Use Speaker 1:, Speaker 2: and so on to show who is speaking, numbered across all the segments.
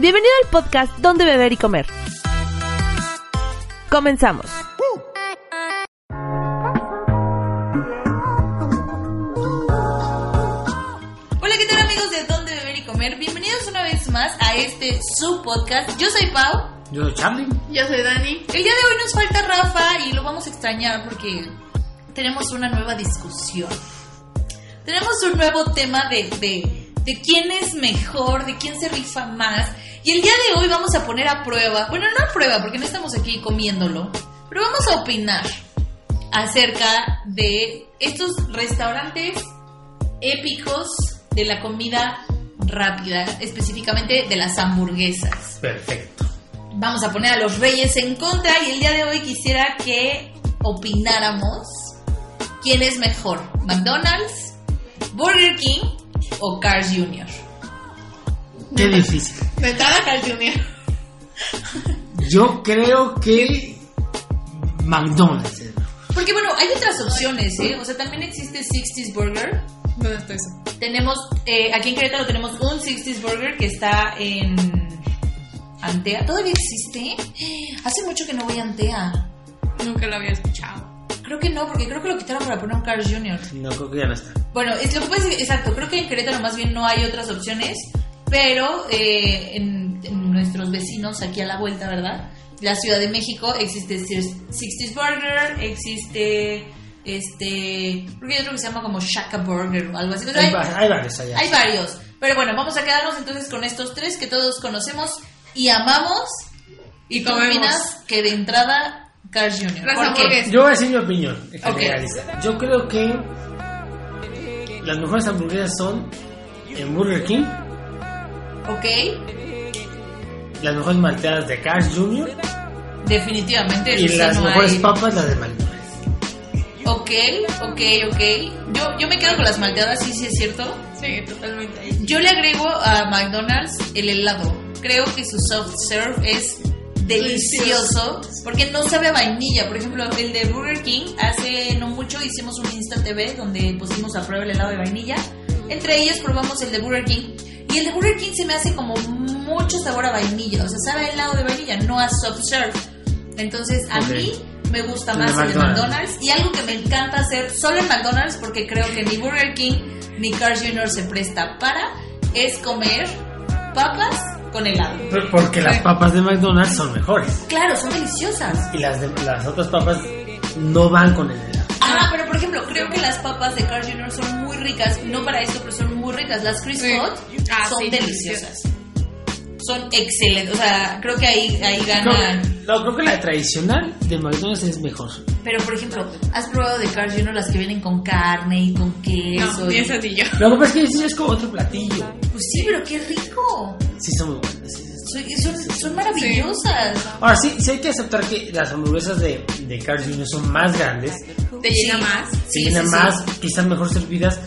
Speaker 1: Bienvenido al podcast Donde beber y comer. Comenzamos.
Speaker 2: Hola, ¿qué tal amigos de Dónde Beber y Comer? Bienvenidos una vez más a este su podcast. Yo soy Pau.
Speaker 3: Yo soy Charlie.
Speaker 4: Yo soy Dani.
Speaker 2: El día de hoy nos falta Rafa y lo vamos a extrañar porque tenemos una nueva discusión. Tenemos un nuevo tema de, de, de quién es mejor, de quién se rifa más. Y el día de hoy vamos a poner a prueba, bueno, no a prueba porque no estamos aquí comiéndolo, pero vamos a opinar acerca de estos restaurantes épicos de la comida rápida, específicamente de las hamburguesas.
Speaker 3: Perfecto.
Speaker 2: Vamos a poner a los reyes en contra y el día de hoy quisiera que opináramos quién es mejor, McDonald's, Burger King o Cars Jr.
Speaker 3: Qué difícil.
Speaker 4: De entrada Carl Jr.
Speaker 3: Yo creo que McDonald's. eh, hermano.
Speaker 2: Porque bueno, hay otras opciones, ¿eh? O sea, también existe 60s Burger.
Speaker 4: ¿Dónde está eso?
Speaker 2: Tenemos, eh, aquí en Querétaro tenemos un 60s Burger que está en Antea. ¿Todavía existe? Hace mucho que no voy a Antea.
Speaker 4: Nunca lo había escuchado.
Speaker 2: Creo que no, porque creo que lo quitaron para poner un Cars Jr.
Speaker 3: No creo que ya no está.
Speaker 2: Bueno, es lo que pasa es que- exacto, creo que en Querétaro más bien no hay otras opciones, pero eh, en, en nuestros vecinos aquí a la vuelta, ¿verdad? La Ciudad de México existe Sears- 60s Burger, existe este, creo que hay otro que se llama como Shaka Burger o algo así. O sea,
Speaker 3: Hay,
Speaker 2: hay,
Speaker 3: va- hay varios allá.
Speaker 2: hay varios, pero bueno, vamos a quedarnos entonces con estos tres que todos conocemos y amamos.
Speaker 4: Y
Speaker 2: ¿Tú
Speaker 4: comemos.
Speaker 2: opinas que de entrada Carl Jr.
Speaker 4: Las
Speaker 2: ¿Por qué?
Speaker 4: hamburguesas.
Speaker 3: Yo voy a decir mi opinión.
Speaker 2: Ok.
Speaker 3: generalista. Yo creo que las mejores hamburguesas son en Burger King,
Speaker 2: Ok,
Speaker 3: las mejores malteadas de Cars Jr.
Speaker 2: definitivamente.
Speaker 3: y
Speaker 2: o sea,
Speaker 3: las
Speaker 2: no
Speaker 3: mejores
Speaker 2: hay-
Speaker 3: papas las de McDonald's.
Speaker 2: Ok, ok, ok. Yo, yo me quedo con las malteadas, sí, sí es cierto.
Speaker 4: Sí, totalmente.
Speaker 2: Yo le agrego a McDonald's el helado. Creo que su soft serve es delicioso porque no sabe a vainilla. Por ejemplo, el de Burger King hace no mucho hicimos un Insta TV donde pusimos a prueba el helado de vainilla. Entre ellos probamos el de Burger King y el de Burger King se me hace como mucho sabor a vainilla. O sea, sabe a helado de vainilla, no a soft serve. Entonces, a
Speaker 3: Ok.
Speaker 2: mí me gusta
Speaker 3: El
Speaker 2: más
Speaker 3: de
Speaker 2: el de
Speaker 3: McDonald's.
Speaker 2: McDonald's y algo que me encanta hacer solo en McDonald's porque creo que ni Burger King ni Carl Jr. se presta para es comer papas con helado.
Speaker 3: Pero- Porque las papas de McDonald's son mejores.
Speaker 2: Claro, son deliciosas.
Speaker 3: Y las, de, las otras papas no van con el helado.
Speaker 2: Ah, pero por ejemplo, creo que las papas de Carl Jr. son muy ricas, no para esto, pero son muy ricas. Las Crisp
Speaker 4: Sí.
Speaker 2: Hot
Speaker 4: Ah,
Speaker 2: son
Speaker 4: sí,
Speaker 2: deliciosas. Son excelentes, o sea, creo que ahí, ahí ganan.
Speaker 3: Creo- no, creo que la tradicional de McDonald's es mejor.
Speaker 2: Pero por ejemplo, ¿has probado de Carl Jr. las que vienen con carne y con queso?
Speaker 4: No,
Speaker 2: y-
Speaker 4: ni esas ni yo.
Speaker 3: Lo que pasa es que sí es como otro platillo.
Speaker 2: Pues sí, pero qué rico.
Speaker 3: Sí, son muy buenas. sí, sí.
Speaker 2: Son, son- son maravillosas.
Speaker 3: Ahora sí, sí hay que aceptar que las hamburguesas de, de Carl Jr. son más grandes,
Speaker 4: Te llena
Speaker 2: Sí.
Speaker 4: más.
Speaker 3: se
Speaker 2: Sí,
Speaker 3: llenan
Speaker 2: sí, sí.
Speaker 3: más, quizás mejor servidas,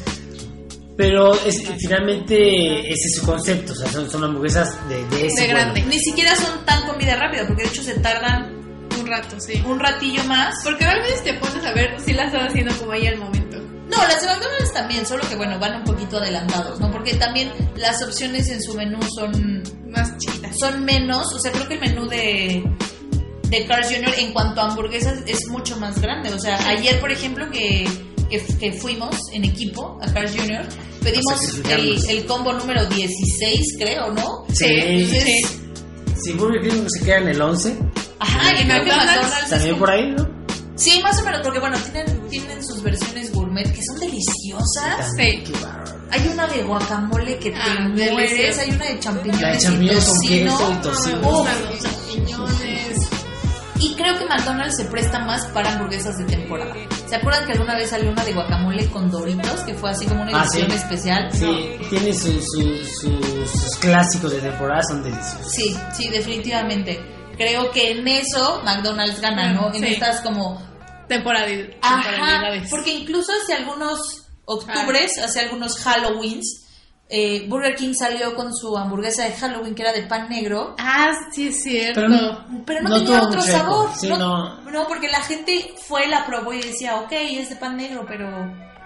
Speaker 3: pero es, finalmente ese es su concepto, o sea, son, son hamburguesas de, de ese
Speaker 4: De grande.
Speaker 3: vuelo.
Speaker 2: Ni siquiera son tan comida rápida, porque de hecho se tardan
Speaker 4: Un rato, sí.
Speaker 2: un ratillo más.
Speaker 4: Porque a veces te pones a ver si la estás haciendo como ahí al momento.
Speaker 2: No, las de McDonald's también, solo que bueno, van un poquito adelantados, ¿no? Porque también las opciones en su menú son,
Speaker 4: Más chiquitas.
Speaker 2: son menos, o sea, creo que el menú de, de Carl Jr. en cuanto a hamburguesas es mucho más grande. O sea, ayer, por ejemplo, que, que, que fuimos en equipo a Carl Jr., pedimos el,
Speaker 3: sacrificarnos.
Speaker 2: el combo número 16, creo, ¿no?
Speaker 3: Sí,
Speaker 2: Entonces,
Speaker 3: sí. Si Burger King se queda en el 11,
Speaker 2: Ajá, y creo que
Speaker 4: McDonald's
Speaker 2: McDonald's es
Speaker 3: también
Speaker 2: como-
Speaker 3: por ahí, ¿no?
Speaker 2: Sí, más o menos, porque bueno, tienen, tienen sus versiones gourmet que son deliciosas.
Speaker 4: Sí.
Speaker 3: Qué bárbaro.
Speaker 2: Hay una de guacamole que te
Speaker 4: Ah,
Speaker 2: mueres,
Speaker 4: delicioso.
Speaker 2: hay una de
Speaker 3: La
Speaker 2: champiñones y
Speaker 3: champiñones
Speaker 2: tocino.
Speaker 3: con queso y
Speaker 4: No,
Speaker 3: tocino.
Speaker 4: me
Speaker 2: Oh.
Speaker 4: gustan los champiñones.
Speaker 2: Y creo que McDonald's se presta más para hamburguesas de temporada. ¿Se acuerdan que alguna vez salió una de guacamole con doritos? Que fue así como una
Speaker 3: Ah,
Speaker 2: edición
Speaker 3: sí.
Speaker 2: especial.
Speaker 3: Sí, tiene su, su, su- sus clásicos de temporada son deliciosos.
Speaker 2: Sí, sí, definitivamente. Creo que en eso McDonald's gana, ¿no? En
Speaker 4: Sí.
Speaker 2: estas como...
Speaker 4: Temporadi-
Speaker 2: Ajá,
Speaker 4: temporalidades.
Speaker 2: porque incluso hace algunos octubres, hace algunos Halloweens, eh, Burger King salió con su hamburguesa de Halloween que era de pan negro,
Speaker 4: Ah, sí, es cierto.
Speaker 3: Pero-
Speaker 2: pero no,
Speaker 3: No
Speaker 2: tenía
Speaker 3: tuvo
Speaker 2: otro
Speaker 3: mucho eco,
Speaker 2: sabor.
Speaker 3: sí,
Speaker 2: no,
Speaker 3: no.
Speaker 2: no, porque la gente fue, la probó y decía, ok, es de pan negro, pero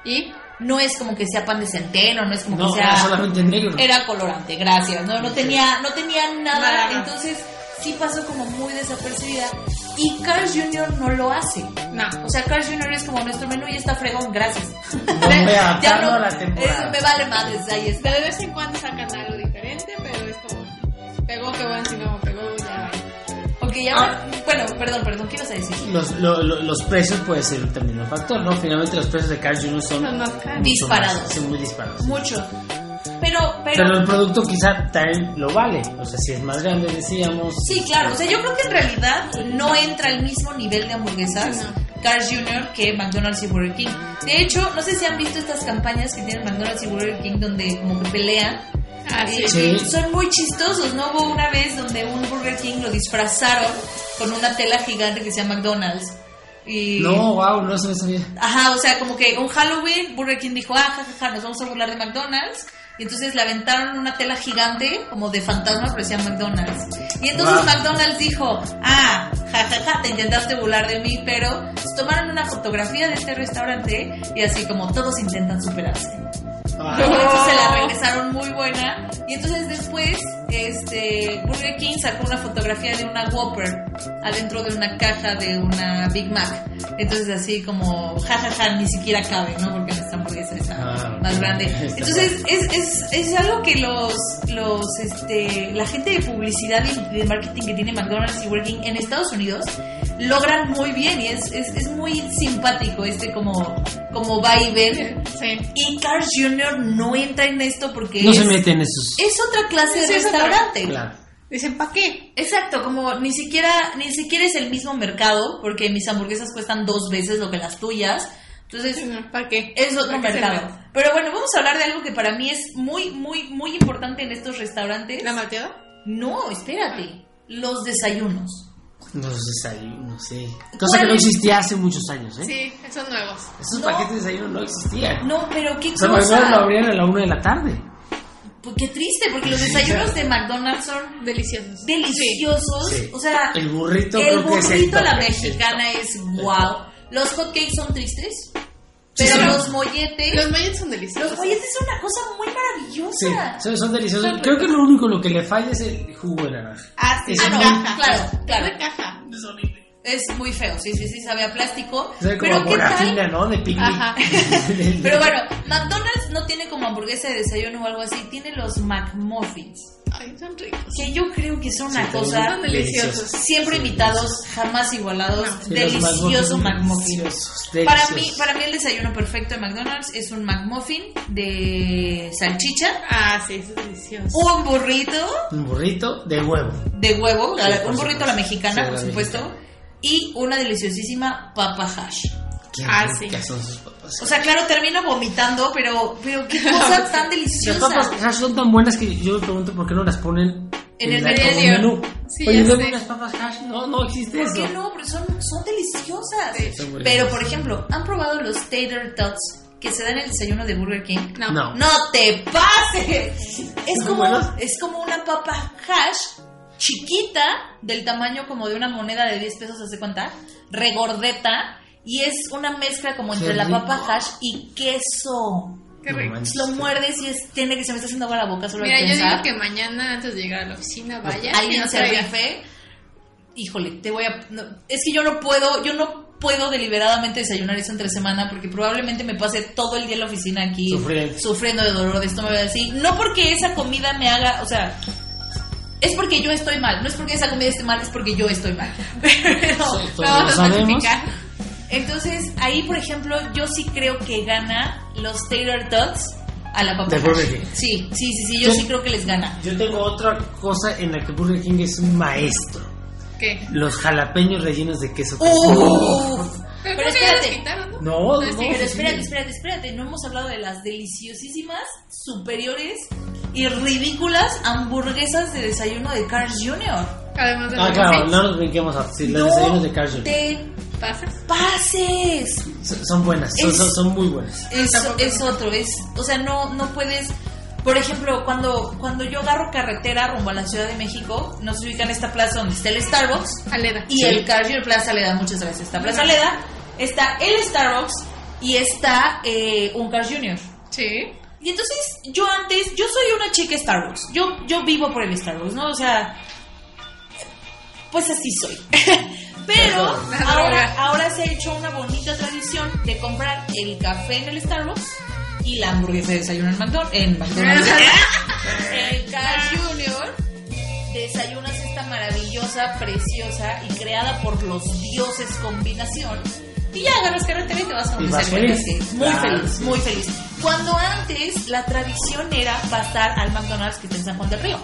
Speaker 4: ¿Y?
Speaker 2: no es como que sea pan de centeno, no es como
Speaker 3: No,
Speaker 2: que sea...
Speaker 3: era solamente negro.
Speaker 2: Era colorante, gracias. No, no tenía, no tenía nada.
Speaker 4: Nada.
Speaker 2: Entonces sí pasó como muy desapercibida. Y Carl Jr. no lo hace.
Speaker 4: No. pues,
Speaker 2: O sea, Carl Jr. es como nuestro menú y está fregón, gracias.
Speaker 3: voy a
Speaker 2: Ya
Speaker 3: adaptarlo
Speaker 2: no-
Speaker 3: a las temporadas.
Speaker 2: eh, me vale madres, ahí
Speaker 4: De
Speaker 2: está.
Speaker 4: vez en cuando sacan algo diferente, pero es como. Pegó, pegó, así como pegó, ya.
Speaker 2: Ok, ya.
Speaker 3: Ah.
Speaker 2: Bueno, perdón, perdón, ¿qué ibas a decir?
Speaker 3: Los, lo- lo- los precios puede ser también un factor, ¿no? Finalmente los precios de Carl Jr. son
Speaker 4: Son más caros.
Speaker 3: mucho más-
Speaker 2: Disparados.
Speaker 3: son muy disparados.
Speaker 2: Mucho. Pero, pero.
Speaker 3: Pero el producto quizá también lo vale. O sea, si es más grande, decíamos.
Speaker 2: Sí, claro. O sea, yo creo que en realidad no entra al mismo nivel de hamburguesas Carl Jr. que McDonald's y Burger King. De hecho, no sé si han visto estas campañas que tienen McDonald's y Burger King donde como que pelean.
Speaker 4: Ah, sí.
Speaker 2: Eh,
Speaker 3: Sí.
Speaker 2: Son muy chistosos, ¿no? Hubo una vez donde un Burger King lo disfrazaron con una tela gigante que sea McDonald's. Y...
Speaker 3: No, wow, no se me sabía.
Speaker 2: Ajá, o sea, como que un Halloween, Burger King dijo, ah, jajaja, nos vamos a burlar de McDonald's. Y entonces le aventaron una tela gigante, como de fantasma, pero decía McDonald's. Y entonces
Speaker 3: Wow.
Speaker 2: McDonald's dijo, ah, jajaja, te intentaste burlar de mí, pero pues, tomaron una fotografía de este restaurante y así como todos intentan superarse.
Speaker 3: Ah,
Speaker 2: Entonces se la regresaron muy buena. Y entonces después, este, Burger King sacó una fotografía de una Whopper adentro de una caja de una Big Mac. Entonces así como, jajaja, ni siquiera cabe, ¿no? Porque nuestra hamburguesa está
Speaker 3: Ah,
Speaker 2: más
Speaker 3: ok.
Speaker 2: grande.
Speaker 3: Está
Speaker 2: Entonces es, es, es algo que los, los, este, la gente de publicidad y de marketing que tiene McDonald's y Burger King en Estados Unidos logran muy bien y es, es, es muy simpático este como, como va y ven.
Speaker 4: Sí.
Speaker 2: Y Carl Jr. no entra en esto porque
Speaker 3: no
Speaker 2: es,
Speaker 3: se meten esos.
Speaker 2: es otra clase de
Speaker 4: Sí, es otra.
Speaker 2: restaurante.
Speaker 3: Claro.
Speaker 4: Dicen, ¿para qué?
Speaker 2: Exacto, como ni siquiera, ni siquiera es el mismo mercado, porque mis hamburguesas cuestan dos veces lo que las tuyas. Entonces,
Speaker 4: ¿Para qué?
Speaker 2: es otro
Speaker 4: ¿Para qué se
Speaker 2: mercado. Pero bueno, vamos a hablar de algo que para mí es muy, muy, muy importante en estos restaurantes.
Speaker 4: ve? ¿La malteada?
Speaker 2: No, espérate. Los desayunos.
Speaker 3: Los desayunos, sí. Cosa que
Speaker 2: ¿Cuál
Speaker 3: no
Speaker 2: es?
Speaker 3: existía hace muchos años, ¿eh?
Speaker 4: Sí, esos nuevos.
Speaker 3: Esos
Speaker 2: No.
Speaker 3: paquetes de desayuno no existían.
Speaker 2: No, pero qué
Speaker 3: O sea,
Speaker 2: cosa.
Speaker 3: McDonald's lo abrían a la una de la tarde.
Speaker 2: Pues qué triste, porque los desayunos de McDonald's son
Speaker 4: Deliciosos.
Speaker 2: deliciosos.
Speaker 3: Sí.
Speaker 2: O sea,
Speaker 3: El burrito
Speaker 2: El
Speaker 3: creo que es
Speaker 2: burrito a la
Speaker 3: tope,
Speaker 2: mexicana
Speaker 3: el
Speaker 2: es
Speaker 3: tope.
Speaker 2: wow. Los hotcakes son tristes,
Speaker 3: Sí,
Speaker 2: pero
Speaker 3: sí.
Speaker 2: los molletes,
Speaker 4: Los
Speaker 2: los,
Speaker 4: molletes son deliciosos.
Speaker 2: molletes son una cosa muy
Speaker 3: Sí,
Speaker 2: maravillosa.
Speaker 3: son, son deliciosos.
Speaker 4: Son
Speaker 3: Creo que lo único lo que le falla es el jugo de naranja.
Speaker 4: Ah, sí.
Speaker 3: Es
Speaker 4: ah,
Speaker 3: un-
Speaker 4: no, caja.
Speaker 2: claro, claro.
Speaker 4: Es de caja.
Speaker 2: Es muy feo, sí, sí, sí, sabe a plástico.
Speaker 3: Sabe como
Speaker 2: pero
Speaker 3: a
Speaker 2: qué tal.
Speaker 3: morafina, ¿no? De picnic.
Speaker 4: Ajá.
Speaker 2: Pero bueno, McDonald's no tiene como hamburguesa de desayuno o algo así, tiene los McMuffins,
Speaker 4: Ay, son ricos.
Speaker 2: que yo creo que son una
Speaker 3: Sí,
Speaker 2: cosa
Speaker 4: son deliciosos.
Speaker 2: siempre imitados, jamás igualados,
Speaker 3: Sí, los
Speaker 2: delicioso McMuffin.
Speaker 3: deliciosos,
Speaker 2: Para
Speaker 3: deliciosos.
Speaker 2: mí, para mí el desayuno perfecto de McDonald's es un McMuffin de salchicha,
Speaker 4: Ah, sí, eso es delicioso.
Speaker 2: un burrito
Speaker 3: Un burrito de huevo.
Speaker 2: de huevo,
Speaker 3: Sí, por
Speaker 2: un burrito a la
Speaker 3: supuesto. Sí,
Speaker 2: mexicana,
Speaker 3: a la
Speaker 2: por supuesto,
Speaker 3: mexicana.
Speaker 2: y una deliciosísima papa hash.
Speaker 3: Qué
Speaker 4: Ah,
Speaker 3: ricas
Speaker 4: sí.
Speaker 3: son sus papas.
Speaker 2: O sea, claro, termino vomitando, pero, pero qué cosa tan
Speaker 3: Las papas
Speaker 2: deliciosa.
Speaker 3: hash son tan buenas que yo me pregunto por qué no las ponen
Speaker 2: En el
Speaker 3: la- como
Speaker 2: medio.
Speaker 3: menú.
Speaker 4: Sí,
Speaker 3: Oye,
Speaker 4: ya
Speaker 3: luego
Speaker 4: sé.
Speaker 3: unas papas hash, no, no existe
Speaker 2: ¿Por
Speaker 3: eso.
Speaker 2: qué no? Porque son, son deliciosas.
Speaker 4: Sí,
Speaker 3: son muy
Speaker 2: pero,
Speaker 3: ricas.
Speaker 2: por ejemplo, ¿han probado los tater tots que se dan en el desayuno de Burger King?
Speaker 4: No.
Speaker 3: No.
Speaker 2: No te pases. Es
Speaker 3: ¿Son
Speaker 2: como,
Speaker 3: buenos?
Speaker 2: es como una papa hash chiquita, del tamaño como de una moneda de 10 pesos, ¿hace cuenta? Regordeta. Y es una mezcla como
Speaker 3: Qué
Speaker 2: entre la
Speaker 3: rico.
Speaker 2: papa hash y queso.
Speaker 4: Qué
Speaker 3: No
Speaker 4: rico.
Speaker 3: manches.
Speaker 2: Lo muerdes y es, tiene que se me está haciendo agua la boca solo
Speaker 4: Mira,
Speaker 2: al
Speaker 4: yo digo
Speaker 2: pensar.
Speaker 4: que mañana antes de llegar a la oficina vaya y
Speaker 2: alguien
Speaker 4: nos
Speaker 2: se
Speaker 4: traiga.
Speaker 2: rife. Híjole, te voy a. no, es que yo no puedo, yo no puedo deliberadamente desayunar eso entre semana porque probablemente me pase todo el día en la oficina aquí
Speaker 3: Sufriendo.
Speaker 2: sufriendo de dolor de estómago así. No porque esa comida me haga, o sea, es porque yo estoy mal. No es porque esa comida esté mal, es porque yo estoy mal. Pero
Speaker 3: Sí, todos
Speaker 4: Vamos
Speaker 3: lo
Speaker 4: a
Speaker 3: sabemos.
Speaker 4: platicar.
Speaker 2: entonces ahí, por ejemplo, yo sí creo que gana los Taylor Tots a la papa.
Speaker 3: De Burger
Speaker 2: hash.
Speaker 3: King.
Speaker 2: Sí, sí, sí, sí, yo
Speaker 3: Sí.
Speaker 2: sí creo que les gana.
Speaker 3: Yo tengo otra cosa en la que Burger King es un maestro.
Speaker 4: ¿Qué?
Speaker 3: Los jalapeños rellenos de queso.
Speaker 2: Uf.
Speaker 4: Pero,
Speaker 2: Pero
Speaker 4: espérate.
Speaker 2: espérate.
Speaker 4: quitaron, ¿no?
Speaker 3: No, no,
Speaker 4: Pero
Speaker 3: no,
Speaker 2: ¡Oh! Pero
Speaker 3: sí.
Speaker 2: espérate, espérate, espérate, no hemos hablado de las deliciosísimas superiores y ridículas hamburguesas de desayuno de Carl Jr.
Speaker 4: Además de
Speaker 3: Ah,
Speaker 4: lo que
Speaker 3: claro,
Speaker 4: sí,
Speaker 3: no nos brinquemos a sí, los
Speaker 2: No
Speaker 3: desayunos de Carl Jr.
Speaker 2: te
Speaker 4: pasas.
Speaker 2: pases.
Speaker 3: Son son buenas, son,
Speaker 2: Es-
Speaker 3: son, son muy buenas.
Speaker 2: Es,
Speaker 4: Tampoco.
Speaker 2: es otro, es, o sea, no, no puedes, por ejemplo, cuando, cuando yo agarro carretera rumbo a la Ciudad de México, nos ubican esta plaza donde está el Starbucks
Speaker 4: Aleda.
Speaker 2: y el Carl Jr. Plaza Leda, muchas gracias. Esta Plaza Leda está el Starbucks y está eh, un Carl Jr.
Speaker 4: Sí.
Speaker 2: Y entonces yo antes, yo soy una chica Starbucks. Yo, yo vivo por el Starbucks, ¿no? O sea, pues así soy. Pero
Speaker 3: Perdón.
Speaker 4: La
Speaker 2: ahora,
Speaker 4: droga.
Speaker 2: ahora se ha hecho una bonita tradición de comprar el café en el Starbucks y la hamburguesa de desayuno en McDonald's. En McDonald's. el Carl Jr. Desayunas esta maravillosa, preciosa y creada por los dioses combinación. Y ya agarras carretera y te vas a
Speaker 3: Y
Speaker 2: un
Speaker 3: vas
Speaker 2: desayuno.
Speaker 3: feliz.
Speaker 2: Muy
Speaker 3: Claro,
Speaker 2: feliz,
Speaker 3: sí.
Speaker 2: muy feliz. Cuando antes la tradición era pasar al McDonald's que está en San Juan del Río.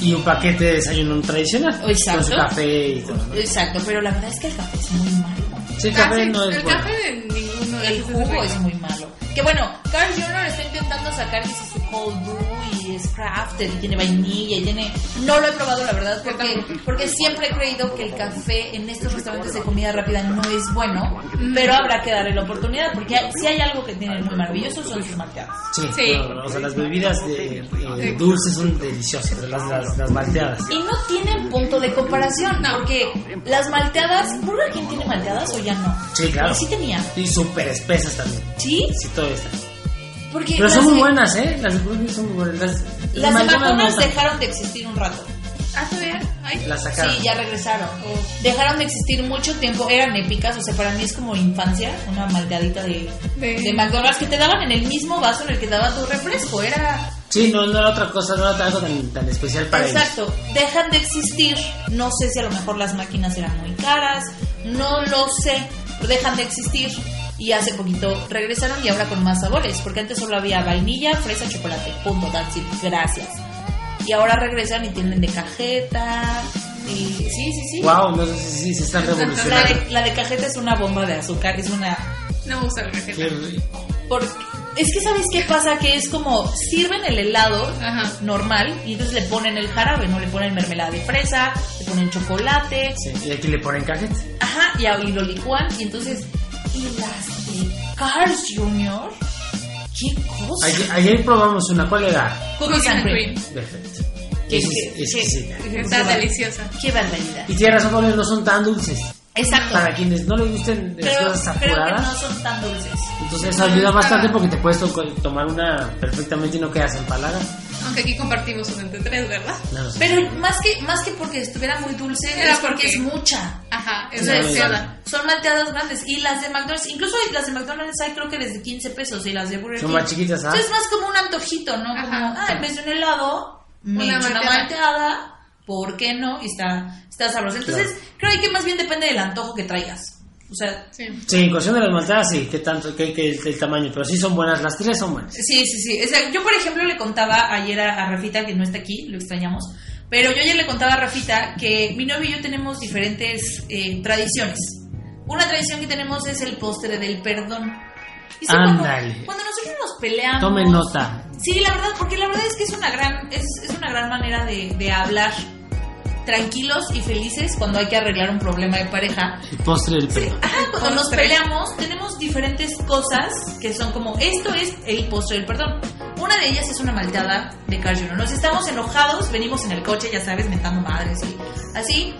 Speaker 3: Y un paquete de desayuno tradicional. Con
Speaker 2: Exacto.
Speaker 3: su café y todo. ¿no?
Speaker 2: Exacto, pero la verdad es que el café es muy malo.
Speaker 3: Sí, el
Speaker 4: Ah,
Speaker 3: café
Speaker 4: sí,
Speaker 3: no es
Speaker 4: el
Speaker 3: bueno.
Speaker 4: café de ninguno de
Speaker 2: El
Speaker 4: esos
Speaker 2: jugo
Speaker 4: rico.
Speaker 2: es muy malo. Que bueno, Carl Jr. está intentando sacar dice, su cold brew y es crafted y tiene vainilla y tiene... No lo he probado, la verdad, porque, porque siempre he creído que el café en estos restaurantes de comida rápida no es bueno, pero habrá que darle la oportunidad, porque hay- si hay algo que tienen muy maravilloso son sus malteadas.
Speaker 3: Sí,
Speaker 4: Sí.
Speaker 3: no, no, o sea, las bebidas de, eh, dulces son deliciosas, las, las, las malteadas.
Speaker 2: Y no tienen punto de comparación, porque las malteadas, ¿Burger King tiene malteadas o ya no?
Speaker 3: Sí, claro.
Speaker 2: Y Sí tenía.
Speaker 3: Y súper espesas también.
Speaker 2: ¿Sí?
Speaker 3: Sí, todo está.
Speaker 2: Porque
Speaker 3: Pero
Speaker 2: las,
Speaker 3: son muy
Speaker 2: de-
Speaker 3: buenas, ¿eh? Las de Burger King son muy buenas. Las,
Speaker 2: las de
Speaker 3: McDonald's no
Speaker 2: McDonald's
Speaker 3: tanto.
Speaker 2: dejaron de existir un rato.
Speaker 4: Ah, todavía. Ay.
Speaker 3: Las sacaron.
Speaker 2: Sí, ya regresaron. Dejaron de existir mucho tiempo, eran épicas, o sea, para mí es como infancia, una malteadita de,
Speaker 4: De-
Speaker 2: de McDonald's que te daban en el mismo vaso en el que daba tu refresco, era...
Speaker 3: Sí, no, no era otra cosa, no era algo tan, tan especial para ellos.
Speaker 2: Exacto, dejan de existir. No sé si a lo mejor las máquinas eran muy caras, no lo sé, pero dejan de existir. Y hace poquito regresaron y ahora con más sabores, porque antes solo había vainilla, fresa, chocolate, punto, that's it, gracias. Y ahora regresan y tienen de cajeta, y sí, sí, sí.
Speaker 3: Wow, no sé si si se están
Speaker 2: La
Speaker 3: revolucionando.
Speaker 2: de, la de cajeta es una bomba de azúcar, es una
Speaker 4: No me gusta la cajeta.
Speaker 3: Qué rico.
Speaker 2: porque es que sabes qué pasa que es como sirven el helado
Speaker 4: Ajá.
Speaker 2: normal y entonces le ponen el jarabe, no le ponen mermelada de fresa, le ponen chocolate,
Speaker 3: Sí, y aquí le ponen cajete.
Speaker 2: ajá, y, a- y lo licuan y entonces y las de Carl Jr. qué cosa.
Speaker 3: Ayer, ayer probamos una, ¿cuál era?
Speaker 2: Cookies and cream.
Speaker 3: Perfecto.
Speaker 2: Qué-
Speaker 3: Es,
Speaker 2: qué-
Speaker 3: es,
Speaker 2: qué-
Speaker 3: exquisita.
Speaker 4: Está deliciosa.
Speaker 2: Qué barbaridad.
Speaker 3: Y tiene razón, porque no son tan dulces.
Speaker 2: Exacto.
Speaker 3: Para quienes no les gusten las
Speaker 2: Pero
Speaker 3: cosas
Speaker 2: creo que no
Speaker 3: apuradas,
Speaker 2: son tan dulces.
Speaker 3: entonces eso ayuda bastante porque te puedes to- tomar una perfectamente y no quedas empalada.
Speaker 4: Aunque aquí compartimos un entre tres, ¿verdad?
Speaker 3: No, no sé.
Speaker 2: Pero más que más que porque estuviera muy dulce,
Speaker 4: Era
Speaker 2: es porque
Speaker 4: porque-
Speaker 2: es mucha.
Speaker 4: Ajá, es
Speaker 3: Sí,
Speaker 4: deliciosa.
Speaker 2: Son malteadas grandes. Y las de McDonald's, incluso hay- las de McDonald's hay creo que desde 15 pesos. Y las de Burger
Speaker 3: Son
Speaker 2: King.
Speaker 3: más chiquitas, ¿ah?
Speaker 2: Entonces es más como un antojito, ¿no? Como,
Speaker 4: Ajá.
Speaker 2: ah, en vez de un helado, me
Speaker 4: Una
Speaker 2: echo una
Speaker 4: malteada.
Speaker 2: malteada. ¿Por qué no? Y está, está sabroso. Entonces, creo que más bien depende del antojo que traigas. O sea,
Speaker 4: Sí.
Speaker 3: Sí, en cuestión de las malteadas, sí, que tanto, que, que el, el tamaño, pero sí son buenas, las tres son buenas.
Speaker 2: Sí, sí, sí. O sea, yo, por ejemplo, le contaba ayer a, a Rafita, que no está aquí, lo extrañamos, pero yo ayer le contaba a Rafita que mi novio y yo tenemos diferentes eh, tradiciones. Una tradición que tenemos es el postre del perdón. Y sí, cuando-
Speaker 3: Ándale.
Speaker 2: Cuando, nosotros nos peleamos...
Speaker 3: Tomen nota.
Speaker 2: Sí, la verdad, porque la verdad es que es una gran, es, es una gran manera de, de hablar tranquilos y felices cuando hay que arreglar un problema de pareja.
Speaker 3: El postre del
Speaker 2: Sí,
Speaker 3: perdón.
Speaker 2: ajá, cuando nos
Speaker 4: Postre.
Speaker 2: peleamos tenemos diferentes cosas que son como esto es el postre del perdón. Una de ellas es una malteada de Carl Jr. Nos estamos enojados, venimos en el coche, ya sabes, mentando madres y así.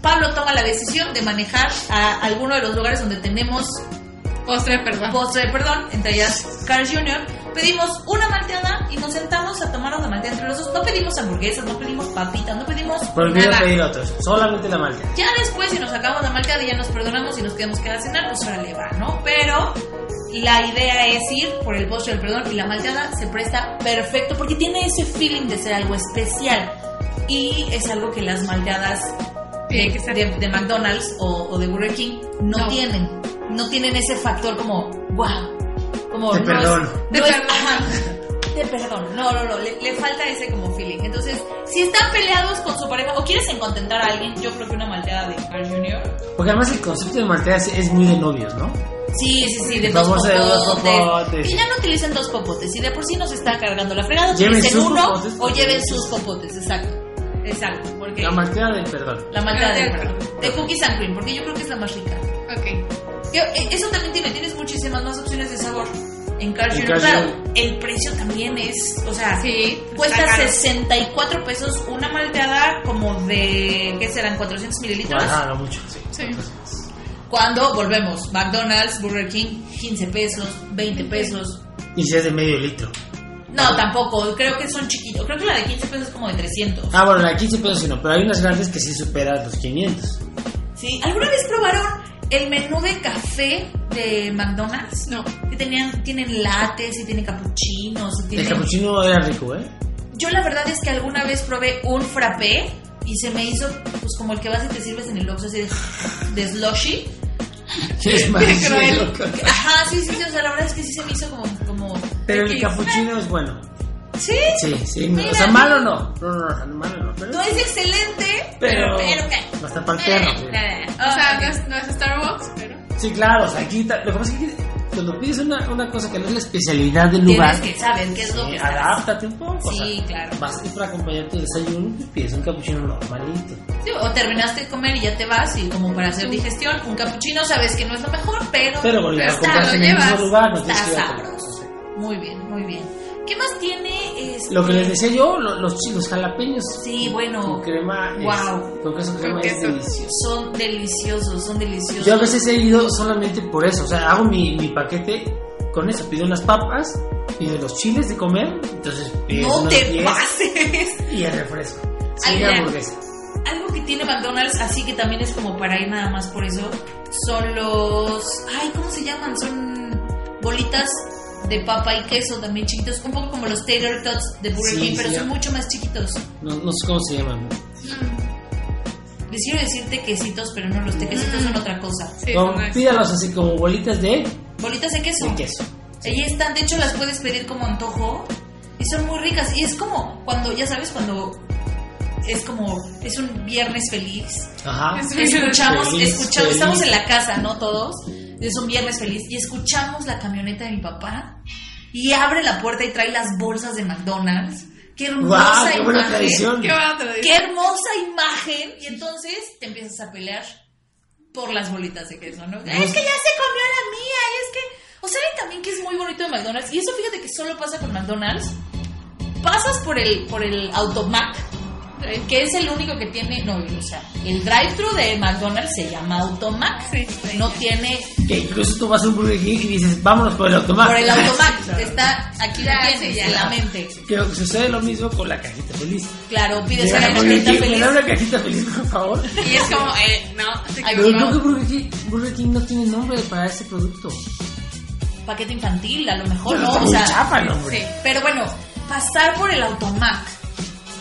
Speaker 2: Pablo toma la decisión de manejar a alguno de los lugares donde tenemos
Speaker 4: Postre, perdón.
Speaker 2: postre del perdón, entre ellas Carl Jr. Pedimos una malteada y nos sentamos a tomar una malteada entre los dos. No pedimos hamburguesas, no pedimos papitas, no pedimos
Speaker 3: Prohibido
Speaker 2: nada.
Speaker 3: pedir otros, solamente la malteada.
Speaker 2: Ya después, si nos sacamos la malteada y ya nos perdonamos y nos quedamos que a cenar, pues ahora le va, ¿no? Pero la idea es ir por el postre del perdón y la malteada se presta perfecto porque tiene ese feeling de ser algo especial. Y es algo que las malteadas
Speaker 4: Tiene
Speaker 2: de,
Speaker 4: que ser.
Speaker 2: de- de McDonald's o, o de Burger King no,
Speaker 4: No.
Speaker 2: tienen. No tienen ese factor como, wow. Como,
Speaker 3: Te
Speaker 2: no
Speaker 3: perdono.
Speaker 2: es- no
Speaker 4: Te
Speaker 2: es-
Speaker 4: perdono.
Speaker 2: ajá. Te perdono. No, no, no. Le, le falta ese como feeling. Entonces, si están peleados con su pareja o quieres encontentar a alguien, yo creo que una malteada de Carl Jr.
Speaker 3: Porque además el concepto de malteada es, es muy de novios, ¿no?
Speaker 2: Sí, sí, sí, de
Speaker 3: Vamos
Speaker 2: dos
Speaker 3: a ver los
Speaker 2: popotes.
Speaker 3: popotes.
Speaker 2: Que ya no utilicen dos popotes. Y de por sí nos está cargando la fregada.
Speaker 3: Lleven
Speaker 2: utilicen
Speaker 3: sus
Speaker 2: uno
Speaker 3: popotes.
Speaker 2: o lleven sus popotes. Exacto. Exacto. Porque
Speaker 3: La malteada del perdón.
Speaker 2: la malteada de,
Speaker 4: Malteada.
Speaker 2: de cookies and cream. Porque yo creo que es la más rica.
Speaker 4: Ok.
Speaker 2: Que, eh, Eso también tiene, tienes muchísimas más opciones de sabor. En Carl
Speaker 3: En
Speaker 2: Jr.
Speaker 3: Carl
Speaker 2: Claro,
Speaker 3: Jr.
Speaker 2: el precio también es, o sea,
Speaker 4: Sí.
Speaker 2: cuesta
Speaker 4: está caro.
Speaker 2: 64 pesos una malteada como de, ¿qué serán? 400 mililitros.
Speaker 3: Ajá, no mucho. Sí.
Speaker 4: Sí.
Speaker 2: Cuando volvemos, McDonald's, Burger King, 15 pesos, 20 pesos.
Speaker 3: Y si es de medio litro.
Speaker 2: No, tampoco, creo que son chiquitos. Creo que la de 15 pesos es como de 300.
Speaker 3: Ah, bueno, la de 15 pesos sí no, pero hay unas grandes que sí superan los 500.
Speaker 2: ¿Sí? ¿Alguna vez probaron el menú de café de McDonald's?
Speaker 4: No.
Speaker 2: Que tenían, tienen lates y tienen capuchinos. y
Speaker 3: El
Speaker 2: tienen-
Speaker 3: capuchino era rico, ¿eh?
Speaker 2: Yo la verdad es que alguna vez probé un frappé y se me hizo pues como el que vas y te sirves en el Oxxo así de, de slushy.
Speaker 3: Sí, es más
Speaker 4: Qué cruel.
Speaker 3: loco.
Speaker 2: Ajá, sí, sí, sí, o sea, la verdad es que sí se me hizo como... como
Speaker 3: Pero
Speaker 2: X.
Speaker 3: el capuchino es bueno.
Speaker 2: Sí,
Speaker 3: Sí, sí.
Speaker 2: Mira.
Speaker 3: O sea, malo no. No, no, no, malo no. Pero,
Speaker 2: no es excelente, pero...
Speaker 3: pero,
Speaker 2: Pero, Eh, ¿qué?
Speaker 3: hasta para el perro, sí.
Speaker 2: Ah,
Speaker 4: O sea, no es, no es Starbucks, pero.
Speaker 3: Sí, claro, o sea, aquí ta- lo que pasa es que aquí, cuando pides una, una cosa que no es la especialidad del lugar,
Speaker 2: tienes que saber qué es lo
Speaker 3: eh,
Speaker 2: que estás.
Speaker 3: adáptate un poco. o sea,
Speaker 2: Sí, claro.
Speaker 3: vas y para acompañar tu desayuno y pides un capuchino normalito.
Speaker 2: Sí, o terminaste de comer y ya te vas y como para hacer digestión, un capuchino sabes que no es lo mejor, pero...
Speaker 3: Pero bueno,
Speaker 4: Pero
Speaker 3: ya
Speaker 4: está,
Speaker 3: compraste
Speaker 4: lo
Speaker 3: en el mismo
Speaker 4: llevas.
Speaker 3: lugar, no tienes
Speaker 2: Está
Speaker 3: que ir a comer.
Speaker 2: sabroso. Muy bien, muy bien. ¿Qué más tiene este?
Speaker 3: Lo que les decía yo, lo- los, chi- los jalapeños
Speaker 2: Sí, bueno,
Speaker 3: con crema, es-
Speaker 2: Guau.
Speaker 3: con queso crema
Speaker 4: Con
Speaker 3: es
Speaker 4: queso.
Speaker 3: delicioso.
Speaker 2: son deliciosos, son deliciosos.
Speaker 3: Yo a veces he ido solamente por eso, o sea, hago mi, mi paquete con eso, pido unas papas, pido los chiles de comer, entonces pido
Speaker 2: no
Speaker 3: unos
Speaker 2: te
Speaker 3: 10
Speaker 2: pases.
Speaker 3: y el refresco.
Speaker 2: Ay,
Speaker 3: Sí, la
Speaker 2: mira.
Speaker 3: hamburguesa.
Speaker 2: Algo que tiene McDonald's, así que también es como para ir nada más por eso, son los... Ay, ¿cómo se llaman? Son bolitas de papa y queso también chiquitos, un poco como los Taylor Tots de Burger
Speaker 3: Sí,
Speaker 2: King, pero
Speaker 3: sí,
Speaker 2: son
Speaker 3: ya.
Speaker 2: mucho más chiquitos.
Speaker 3: No, no sé cómo se llaman.
Speaker 4: mm,
Speaker 2: Les quiero decir tequecitos, pero no, los tequecitos
Speaker 3: Mm.
Speaker 2: son otra cosa.
Speaker 4: Sí,
Speaker 3: Como-
Speaker 4: no es.
Speaker 3: pídalos así como bolitas de,
Speaker 2: Bolitas de queso.
Speaker 3: de queso.
Speaker 2: Ahí están, de hecho las puedes pedir como antojo y son muy ricas. Y es como cuando, ya sabes, cuando es como, es un viernes feliz.
Speaker 3: Ajá.
Speaker 4: Es-
Speaker 2: Escuchamos,
Speaker 3: Feliz,
Speaker 2: escuchamos,
Speaker 3: feliz.
Speaker 2: estamos en la casa, ¿no? Todos. Es un viernes feliz y escuchamos la camioneta de mi papá y abre la puerta y trae las bolsas de McDonald's. Qué hermosa
Speaker 3: ¡Guau! ¡Qué buena
Speaker 2: imagen.
Speaker 3: tradición!
Speaker 4: Qué buena tradición.
Speaker 2: Qué hermosa imagen. Y entonces te empiezas a pelear por las bolitas de queso, ¿no? Es que ya se comió la mía, es que... O saben también que es muy bonito de McDonald's. Y eso fíjate que solo pasa con McDonald's. Pasas por el, por el Automac, eh, que es el único que tiene... No, o sea, el drive-thru de McDonald's se llama Automac.
Speaker 4: Sí, sí.
Speaker 2: No tiene...
Speaker 3: Que incluso tú vas a un Burger King y dices, vámonos por el automático.
Speaker 2: Por el Automac. Está aquí
Speaker 4: Ya,
Speaker 2: la
Speaker 4: Ah, sí, ya.
Speaker 2: en la mente.
Speaker 3: Que sucede lo mismo con la cajita feliz.
Speaker 2: Claro, pides
Speaker 3: Llega
Speaker 2: una
Speaker 3: el Burger
Speaker 2: cajita
Speaker 3: King, ¿Me
Speaker 2: feliz.
Speaker 3: da una cajita feliz, por favor?
Speaker 4: Y es como, eh, no, te
Speaker 2: Ay,
Speaker 3: Pero
Speaker 4: equivocas.
Speaker 3: creo que Burger King, Burger King no tiene nombre para ese producto.
Speaker 2: Paquete infantil, a lo mejor,
Speaker 3: Pero
Speaker 2: Oh, ¿no?
Speaker 3: está
Speaker 2: O
Speaker 3: muy
Speaker 2: sea,
Speaker 3: chafa el nombre.
Speaker 4: Sí.
Speaker 2: Pero bueno, pasar por el automac.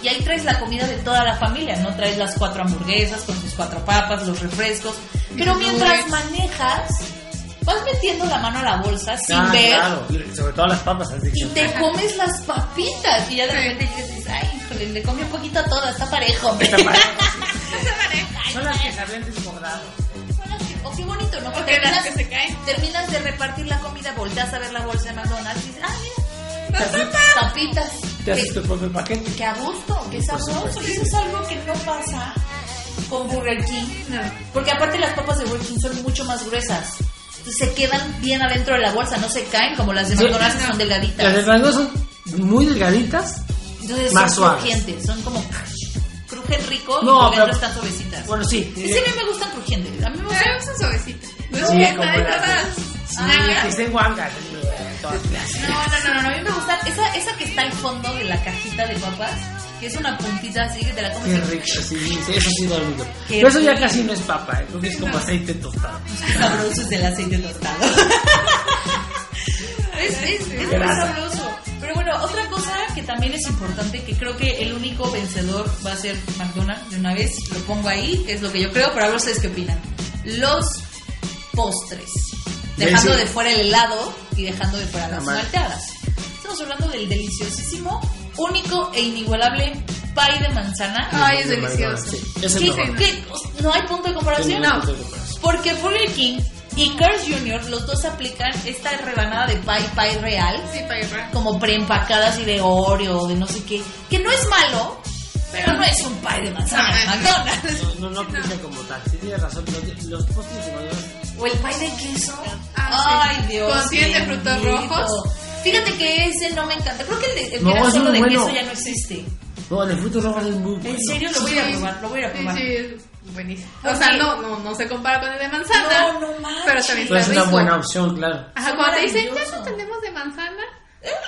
Speaker 2: Y ahí traes la comida de toda la familia, ¿no? Traes las cuatro hamburguesas con tus cuatro papas, los refrescos. Pero
Speaker 4: Los
Speaker 2: mientras
Speaker 4: nuggets.
Speaker 2: manejas, vas metiendo la mano a la bolsa sin
Speaker 3: Ah,
Speaker 2: ver
Speaker 3: claro. Sobre todo las papas, has
Speaker 2: y
Speaker 3: dicho.
Speaker 2: te comes las papitas. Y ya de repente llegas y dices, ay, híjole, le comí un poquito a todo, está parejo. hombre".
Speaker 3: Está parejo,
Speaker 2: Está parejo. Ay,
Speaker 3: Son las que se habían desbordado.
Speaker 2: son las que- O qué bonito, ¿no?
Speaker 4: O
Speaker 2: Porque
Speaker 4: que las
Speaker 2: terminas,
Speaker 4: que se caen.
Speaker 2: terminas de repartir la comida, volteas a ver la bolsa de McDonald's y dices, ah, mira,
Speaker 3: Las
Speaker 2: las papitas.
Speaker 3: Te
Speaker 2: Sí.
Speaker 3: haces tu propio paquete.
Speaker 2: que a gusto, que sabroso. Y eso es algo que no pasa con Burger King.
Speaker 4: No.
Speaker 2: Porque aparte las papas de Burger King son mucho más gruesas. Entonces, se quedan bien adentro de la bolsa, no se caen como las de
Speaker 3: Sí.
Speaker 2: McDonald's que son
Speaker 3: Las de
Speaker 2: delgaditas.
Speaker 3: Frango son muy delgaditas.
Speaker 2: Entonces
Speaker 3: Más
Speaker 2: son
Speaker 3: suaves.
Speaker 2: crujientes, son como crujen rico y
Speaker 3: No,
Speaker 2: por dentro
Speaker 3: pero-
Speaker 2: están suavecitas.
Speaker 3: Bueno, sí.
Speaker 2: Sí, sí, a mí me gustan crujientes. A mí me
Speaker 4: No,
Speaker 2: gustan.
Speaker 4: es suavecita. No es
Speaker 3: Sí,
Speaker 4: fiesta,
Speaker 3: como
Speaker 4: ¿eh?
Speaker 3: la-
Speaker 4: ¿verdad?
Speaker 3: Sí,
Speaker 4: Ah,
Speaker 3: que estén guangas.
Speaker 2: No, no, no, no, no, a mí me gusta esa, esa que está al fondo de la cajita de papas, que es una puntita así que te la comes.
Speaker 3: Qué
Speaker 2: y-
Speaker 3: rico, sí, sí, eso sí da rico.
Speaker 2: Qué
Speaker 3: Pero eso ya
Speaker 2: rico.
Speaker 3: casi no es papa, ¿eh? porque es como aceite tostado.
Speaker 2: sabroso es el aceite tostado. es es, es muy
Speaker 3: Grasa.
Speaker 2: sabroso. Pero bueno, otra cosa que también es importante, que creo que el único vencedor va a ser McDonald's, de una vez lo pongo ahí, es lo que yo creo, pero ahora ustedes qué opinan. Los postres. Dejando
Speaker 3: Venció.
Speaker 2: de fuera el helado y dejando de fuera las
Speaker 3: Jamás.
Speaker 2: malteadas. Estamos hablando del deliciosísimo, único e inigualable pie de manzana.
Speaker 4: Ay, es delicioso.
Speaker 3: Sí, es el
Speaker 2: ¿Qué-
Speaker 3: mejor.
Speaker 2: qué- no hay punto de comparación.
Speaker 3: No hay punto de comparación.
Speaker 2: Porque Burger King Y Cars Jr., los dos aplican esta rebanada de pie pie real,
Speaker 4: Sí, para llevar.
Speaker 2: como preempacadas y de Oreo, de no sé qué, que no es malo, pero no es un pie de manzana de McDonald's.
Speaker 3: No, no, no aplica como tal. Sí, tienes razón. Los, los postres de McDonald's
Speaker 2: O el pie de queso.
Speaker 4: Ah, sí.
Speaker 2: Ay, Dios.
Speaker 4: Con diez de frutos
Speaker 2: bendito.
Speaker 4: rojos.
Speaker 2: Fíjate que ese no me encanta. Creo que el, de- el que
Speaker 3: No, ese
Speaker 2: era
Speaker 3: es
Speaker 2: solo de
Speaker 3: bueno.
Speaker 2: queso ya no existe.
Speaker 3: No, Oh, el de frutos rojos es muy bueno.
Speaker 2: En serio, lo voy a ir a
Speaker 4: Sí.
Speaker 2: probar, lo voy a ir a
Speaker 4: Sí,
Speaker 2: probar.
Speaker 4: sí, es buenísimo. O
Speaker 2: Ok.
Speaker 4: sea, no, no, no se compara con el de manzana.
Speaker 2: No, no manches.
Speaker 4: Pero
Speaker 3: Pero
Speaker 4: también está
Speaker 3: Pues es una
Speaker 4: rico.
Speaker 3: buena opción, claro.
Speaker 4: Ajá,
Speaker 2: Son
Speaker 4: cuando te dicen, ya
Speaker 2: maravilloso.
Speaker 4: no tenemos de manzana.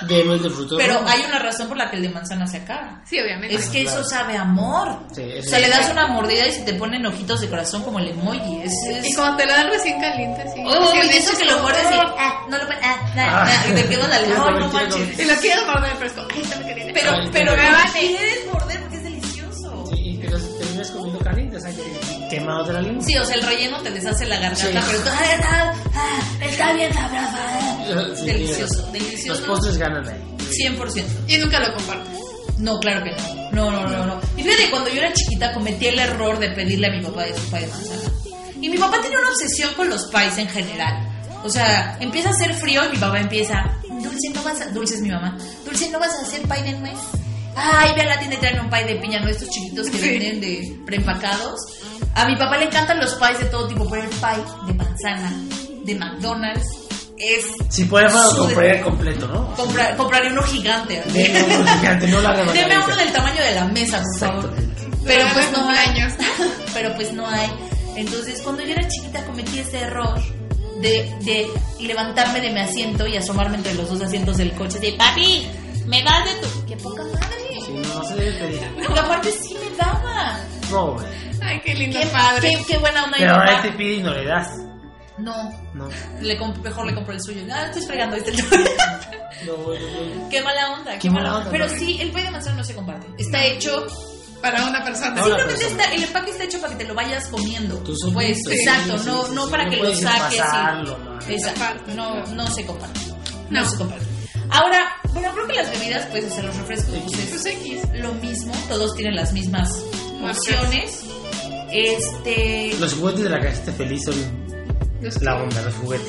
Speaker 3: De el de frutos
Speaker 2: Pero
Speaker 3: rojos.
Speaker 2: hay una razón por la que el de manzana se acaba.
Speaker 4: Sí, obviamente.
Speaker 2: Es que
Speaker 3: claro.
Speaker 2: eso sabe a amor.
Speaker 3: Sí,
Speaker 2: o
Speaker 3: es
Speaker 2: sea, le
Speaker 3: verdad.
Speaker 2: das una mordida y se te ponen ojitos de corazón como el emoji. Es, es...
Speaker 4: Y cuando te lo dan recién caliente, sí.
Speaker 2: Uy, uy,
Speaker 4: Sí,
Speaker 2: uy,
Speaker 4: de
Speaker 2: de eso
Speaker 4: hecho,
Speaker 2: que lo
Speaker 4: como,
Speaker 2: muerdes Oh, y...
Speaker 4: "Oh".
Speaker 2: ah, no lo puedes... Ah, nah, nah, y te queda la lengua,
Speaker 3: Ah,
Speaker 2: no
Speaker 3: sí, lo
Speaker 2: manches.
Speaker 4: Y lo quieres morder fresco. Ay, está muy caliente.
Speaker 2: Pero,
Speaker 3: Ay,
Speaker 2: pero,
Speaker 4: me vale.
Speaker 2: quieres morder porque es delicioso.
Speaker 3: Sí, y te los terminas comiendo caliente, o sea, que quemado de la lengua.
Speaker 2: Sí, o sea, el relleno te deshace la garganta,
Speaker 3: Sí.
Speaker 2: pero tú, "Ay, está, ah, está bien sabroso. ah".
Speaker 3: Sí,
Speaker 2: delicioso,
Speaker 3: sí.
Speaker 2: delicioso.
Speaker 3: Los postres ganan ahí.
Speaker 2: 100%.
Speaker 4: Y nunca lo compartes.
Speaker 2: No, claro que no. No, no, no, no. Y fíjate, cuando yo era chiquita cometí el error de pedirle a mi papá de su pay de manzana. Y mi papá tenía una obsesión con los pais en general. O sea, empieza a hacer frío y mi papá empieza, Dulce, no vas a... Dulce es mi mamá. Dulce, ¿no vas a hacer pay de nuez? Ay, ve a la tienda y traen un pay de piña, ¿no? Estos chiquitos que venden de preempacados. A mi papá le encantan los pies de todo tipo, pero el pie de manzana, de McDonald's, es...
Speaker 3: Si puedes,
Speaker 2: su-
Speaker 3: lo compraría completo, ¿no?
Speaker 2: Compra- compraría uno gigante. así.
Speaker 3: De uno gigante, no la rebanadita.
Speaker 2: Deme uno del tamaño de la mesa, por favor. Pero pues no hay. Pero pues no hay. Entonces, cuando yo era chiquita cometí ese error de, de levantarme de mi asiento y asomarme entre los dos asientos del coche. De papi, me das de tu. ¡Qué poca
Speaker 3: Sí,
Speaker 2: madre!
Speaker 3: no, no se debe pedir.
Speaker 2: Porque aparte sí me daba.
Speaker 3: No, hombre.
Speaker 4: Ay, qué lindo
Speaker 2: Qué
Speaker 4: padre.
Speaker 2: Qué, qué buena onda mi
Speaker 3: Pero ahora
Speaker 2: papá.
Speaker 3: te pide y no le das.
Speaker 2: No,
Speaker 3: No.
Speaker 2: le comp- mejor le compro el suyo. Ah, estoy fregando este.
Speaker 3: No, no, no.
Speaker 2: qué mala onda, qué,
Speaker 3: Qué
Speaker 2: mala
Speaker 3: mala
Speaker 2: onda.
Speaker 3: onda,
Speaker 2: Pero
Speaker 3: ¿no?
Speaker 2: sí, el pay de manzana no se comparte. Está hecho
Speaker 4: Para una persona.
Speaker 3: Ahora,
Speaker 2: Simplemente
Speaker 3: persona.
Speaker 2: está- el empaque está hecho para que te lo vayas comiendo.
Speaker 3: Tú solito,
Speaker 2: Pues,
Speaker 3: sí,
Speaker 2: exacto,
Speaker 3: sí,
Speaker 2: no,
Speaker 3: sí,
Speaker 2: no
Speaker 3: sí,
Speaker 2: para
Speaker 3: no
Speaker 2: que lo
Speaker 3: puedes
Speaker 2: saques. y-
Speaker 3: pasarlo, no, no.
Speaker 2: Exacto, no, no se comparte. No,
Speaker 4: No.
Speaker 2: se comparte. Ahora, bueno, creo que las bebidas, pues, o sea, los refrescos, pues,
Speaker 4: Pues
Speaker 2: es
Speaker 4: X.
Speaker 2: lo mismo, todos tienen las mismas
Speaker 4: Marcas.
Speaker 2: opciones. Este,
Speaker 3: Los juguetes de la cajita feliz son
Speaker 4: Los-
Speaker 3: la onda, los juguetes.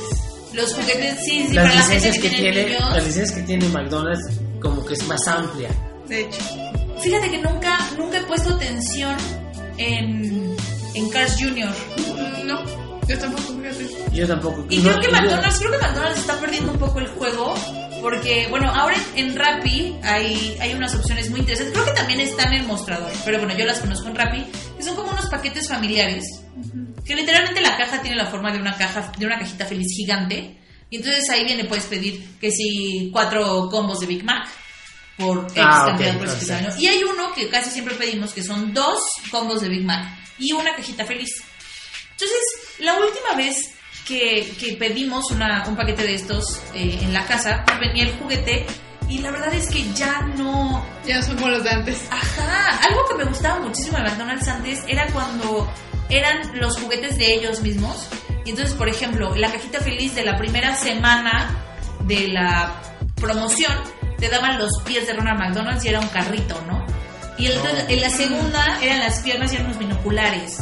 Speaker 2: los juguetes, sí, sí,
Speaker 3: las
Speaker 2: para la gente
Speaker 3: licencias
Speaker 2: que,
Speaker 3: que
Speaker 2: tiene
Speaker 3: tiene,
Speaker 2: niños.
Speaker 3: las licencias que tiene McDonald's como que es más amplia.
Speaker 4: De hecho.
Speaker 2: Fíjate que nunca, nunca he puesto atención en, en Cars Jr.
Speaker 4: No, yo tampoco, fíjate.
Speaker 3: Yo tampoco.
Speaker 2: Y
Speaker 3: no-
Speaker 2: creo que
Speaker 3: yo-
Speaker 2: McDonald's, creo que McDonald's está perdiendo un poco el juego. Porque, bueno, ahora en Rappi hay, hay unas opciones muy interesantes. Creo que también están en mostrador. Pero bueno, yo las conozco en Rappi. Que son como unos paquetes familiares. Que literalmente la caja tiene la forma de una caja, de una cajita feliz gigante. Y entonces ahí viene, puedes pedir que si cuatro combos de Big Mac por X
Speaker 3: Ah,
Speaker 2: cantidad
Speaker 3: ok,
Speaker 2: por X
Speaker 3: perfecto.
Speaker 2: año. Y hay uno que casi siempre pedimos, que son dos combos de Big Mac y una cajita feliz. Entonces, la última vez que, que pedimos una- un paquete de estos eh, en la casa, pues venía el juguete y la verdad es que ya no...
Speaker 4: Ya somos los de antes.
Speaker 2: Ajá, algo que me gustaba muchísimo de McDonald's antes era cuando eran los juguetes de ellos mismos. Y entonces, por ejemplo, la cajita feliz de la primera semana de la promoción te daban los pies de Ronald McDonald's y era un carrito, ¿no? Y el-
Speaker 3: No.
Speaker 2: en la segunda eran las piernas y eran unos binoculares.